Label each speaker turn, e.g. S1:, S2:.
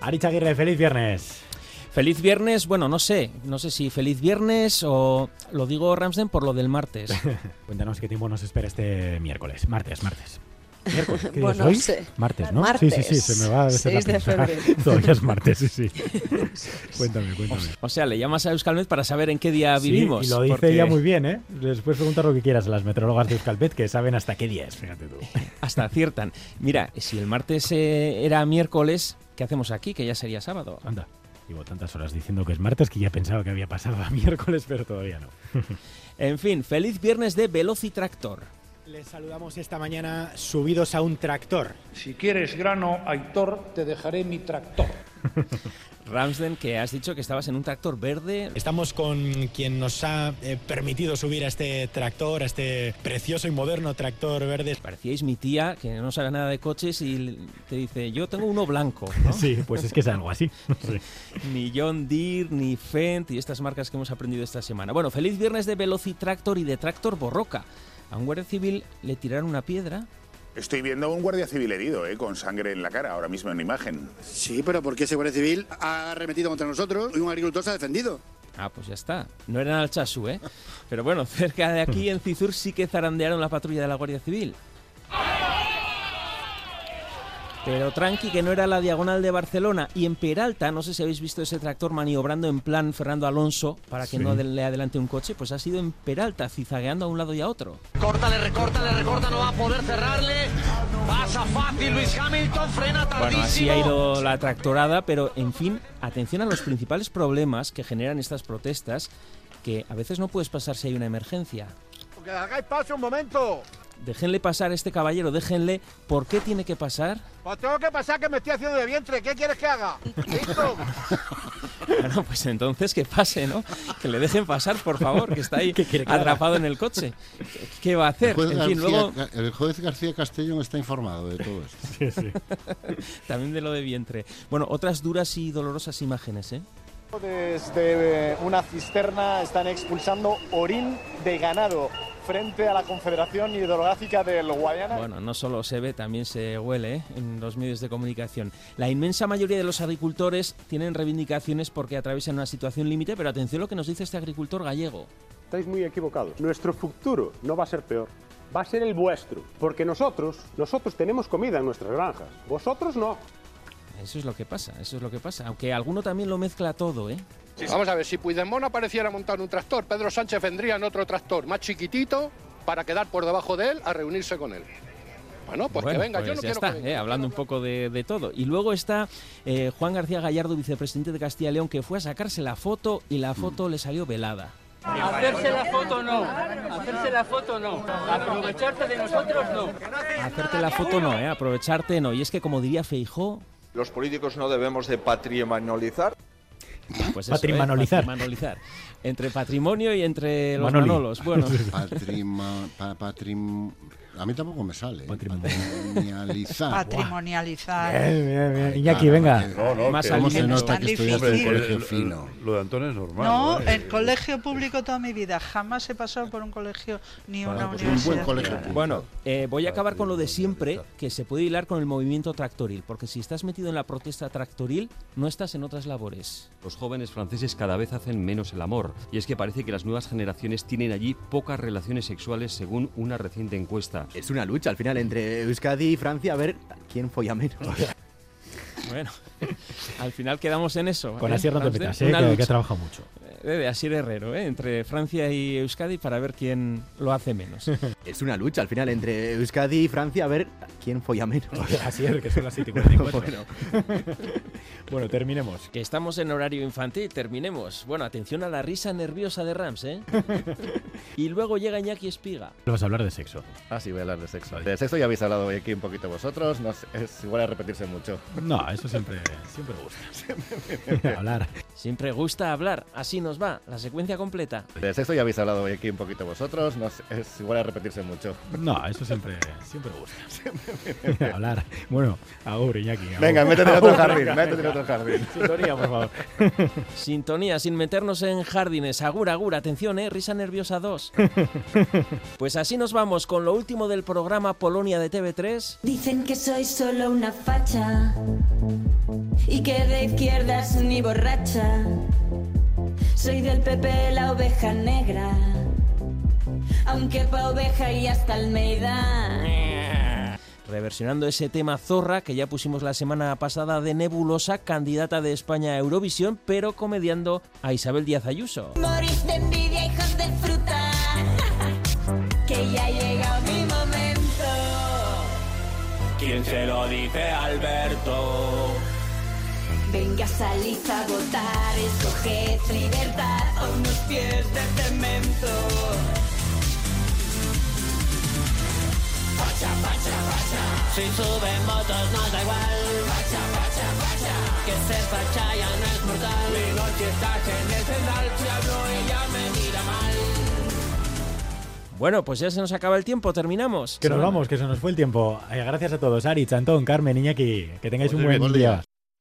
S1: Aritz Aguirre, feliz viernes.
S2: Feliz viernes, bueno, no sé, no sé si feliz viernes o lo digo Ramsden por lo del martes.
S1: Cuéntanos qué tiempo nos espera este miércoles, martes, martes. Miércoles, ¿qué día
S3: Bueno,
S1: es hoy?
S3: sé.
S1: Martes, ¿no?
S3: Martes.
S1: Sí, sí, sí, se me va a veces la
S3: 6 de
S1: pinza.
S3: febrero.
S1: Todavía es martes, sí, sí. cuéntame, cuéntame.
S2: O sea, le llamas a Euskalmet para saber en qué día
S1: Sí,
S2: vivimos.
S1: y lo dice
S2: porque
S1: ella muy bien, ¿eh? Les puedes preguntar lo que quieras a las meteorólogas de Euskalpet, que saben hasta qué día es, fíjate tú.
S2: Hasta aciertan. Mira, si el martes eh, era miércoles, ¿qué hacemos aquí? Que ya sería sábado.
S1: Anda, llevo tantas horas diciendo que es martes que ya pensaba que había pasado a miércoles, pero todavía no.
S2: En fin, feliz viernes de Velocitractor.
S4: Les saludamos esta mañana subidos a un tractor.
S5: Si quieres grano, Aitor, te dejaré mi tractor.
S2: Ramsden, que has dicho que estabas en un tractor verde.
S4: Estamos con quien nos ha eh, permitido subir a este tractor, a este precioso y moderno tractor verde.
S2: Parecíais mi tía, que no sabe nada de coches, y te dice, yo tengo uno blanco, ¿no?
S1: Sí, pues es que es algo así. Sí.
S2: Ni John Deere, ni Fendt y estas marcas que hemos aprendido esta semana. Bueno, feliz viernes de Velocitractor y de Tractor Borroca. A un guardia civil le tiraron una piedra.
S6: Estoy viendo a un guardia civil herido, ¿eh? con sangre en la cara, ahora mismo en imagen.
S7: Sí, pero porque ese Guardia Civil ha arremetido contra nosotros y un agricultor se ha defendido.
S2: Ah, pues ya está. No eran al chasú, ¿eh? Pero bueno, cerca de aquí en Cizur sí que zarandearon la patrulla de la Guardia Civil. Pero tranqui, que no era la diagonal de Barcelona. Y en Peralta, no sé si habéis visto ese tractor maniobrando en plan Fernando Alonso para
S1: Sí.
S2: que no le adelante un coche, pues ha sido en Peralta, zizagueando a un lado y a otro.
S8: Córtale, recórtale, recorta, no va a poder cerrarle. Pasa fácil Luis Hamilton, frena
S2: Bueno,
S8: tardísimo.
S2: así ha ido la tractorada, pero en fin, atención a los principales problemas que generan estas protestas, que a veces no puedes pasar si hay una emergencia.
S8: Que hagáis paso un momento.
S2: Déjenle pasar a este caballero, déjenle. ¿Por qué tiene que pasar?
S8: Pues tengo que pasar que me estoy haciendo de vientre. ¿Qué quieres que haga? ¿Listo?
S2: Bueno, pues entonces que pase, ¿no? Que le dejen pasar, por favor, que está ahí
S1: ¿Qué quiere que haga?
S2: atrapado en el coche. ¿Qué- ¿Qué va a
S9: El
S2: hacer?
S9: juez,
S2: En fin,
S9: García,
S2: luego
S9: el juez García Castellón está informado de todo esto.
S1: Sí, sí.
S2: también de lo de vientre. Bueno, otras duras y dolorosas imágenes, ¿eh?
S8: Desde eh, una cisterna están expulsando orín de ganado frente a la Confederación Hidrográfica del Guayana.
S2: Bueno, no solo se ve, también se huele ¿eh? en los medios de comunicación. La inmensa mayoría de los agricultores tienen reivindicaciones porque atraviesan una situación límite, pero atención lo que nos dice este agricultor gallego.
S10: Estáis muy equivocados. Nuestro futuro no va a ser peor. Va a ser el vuestro. Porque nosotros, nosotros tenemos comida en nuestras granjas. Vosotros no.
S2: Eso es lo que pasa, eso es lo que pasa. Aunque alguno también lo mezcla todo, ¿eh?
S7: Vamos a ver, si Puigdemont apareciera montado en un tractor, Pedro Sánchez vendría en otro tractor más chiquitito para quedar por debajo de él a reunirse con él. Bueno, pues
S2: Bueno,
S7: que venga, yo
S2: pues
S7: no
S2: ya
S7: quiero
S2: está,
S7: que venga.
S2: ¿eh? hablando un poco de, de todo. Y luego está eh, Juan García Gallardo, vicepresidente de Castilla y León, que fue a sacarse la foto y
S7: Mm.
S2: la foto le salió velada.
S8: Hacerse la foto no, hacerse la foto no, aprovecharte de nosotros no.
S2: Hacerte la foto no, ¿eh? aprovecharte no. Y es que como diría Feijó,
S8: Los políticos no debemos de patrimonializar.
S2: pues eso, ¿eh?
S1: Patrimanolizar.
S2: patrimanolizar. Entre patrimonio y entre los
S1: Manoli.
S2: manolos. Bueno,
S9: Patrima- pa- patrim- a mí tampoco me sale. ¿eh?
S1: Patrimonio.
S9: Patrimonializar.
S11: Patrimonializar.
S1: Bien, Eh, bien, bien.
S9: Ay,
S1: Iñaki,
S9: claro,
S1: venga.
S9: que-
S2: más
S9: ¿Cómo se
S2: alineado.
S9: nota que estudias en
S11: Hombre,
S9: el colegio fino?
S5: Lo de Antón es normal.
S11: No,
S5: ¿eh?
S11: en colegio público toda mi vida. Jamás he pasado por un colegio ni una
S9: Ah, pues un buen
S11: universidad.
S9: colegio público.
S2: Bueno, eh, voy a acabar con lo de siempre, que se puede hilar con el movimiento tractoril, porque si estás metido en la protesta tractoril, no estás en otras labores.
S8: Los jóvenes franceses cada vez hacen menos el amor, y es que parece que las nuevas generaciones tienen allí pocas relaciones sexuales según una reciente encuesta.
S10: Es una lucha al final entre Euskadi y Francia a ver quién folla menos.
S2: Bueno, al final quedamos en eso.
S1: Con
S2: ¿eh?
S1: Asier no te
S2: Ramsden,
S1: metas, ¿eh?
S2: una
S1: que,
S2: lucha
S1: que ha trabajado mucho.
S2: de Asier Herrero, ¿eh? entre Francia y Euskadi, para ver quién lo hace menos.
S10: Es una lucha al final entre Euskadi y Francia a ver quién folla menos.
S1: Así es, que son las 7 y 44. Bueno, terminemos.
S2: Que estamos en horario infantil, terminemos. Bueno, atención a la risa nerviosa de Rams, ¿eh? y luego llega Iñaki Espiga.
S1: Vas a hablar de sexo.
S7: Ah, sí, voy a hablar de sexo. De sexo ya habéis hablado hoy aquí un poquito vosotros, no sé, es igual a repetirse mucho.
S1: No, eso siempre, siempre gusta. hablar.
S2: Siempre gusta hablar, así nos va, la secuencia completa.
S7: De sexo ya habéis hablado hoy aquí un poquito vosotros, no sé, es igual a repetirse mucho.
S1: No, eso siempre, siempre gusta. hablar. Bueno, agur, Iñaki. agur.
S7: Venga, métete en otro
S1: Agur,
S7: jardín,
S1: venga,
S7: métete en
S1: venga.
S7: otro jardín.
S1: Sintonía, por favor.
S2: Sintonía, sin meternos en jardines. Agur, agur, atención, eh. Risa nerviosa 2. pues así nos vamos con lo último del programa Polonia de TV3.
S12: Dicen que soy solo una facha.
S3: Y que de izquierdas ni borracha. Soy del PP, la oveja negra. Aunque pa' oveja y hasta Almeida.
S2: Reversionando ese tema Zorra que ya pusimos la semana pasada de Nebulosa, candidata de España a Eurovisión, pero comediando a Isabel Díaz Ayuso.
S3: Morís de envidia, hijos de fruta. que ya ha llegado mi momento.
S12: ¿Quién se lo dice Alberto?
S3: Venga, salid a votar, escoged libertad a unos pies de cemento. Facha, facha, facha.
S12: Si suben motos no da igual. Facha, facha, facha. Que se facha ya no es mortal. Mi noche estás en el central, si hablo ella me mira mal.
S2: Bueno, pues ya se nos acaba el tiempo, terminamos.
S1: Que nos
S2: Semana.
S1: vamos, que se nos fue el tiempo. Eh, Gracias a todos, Ari, Chantón, Carmen, Iñaki. Que tengáis un
S2: Muy bien,
S1: buen
S2: buen día.
S1: día.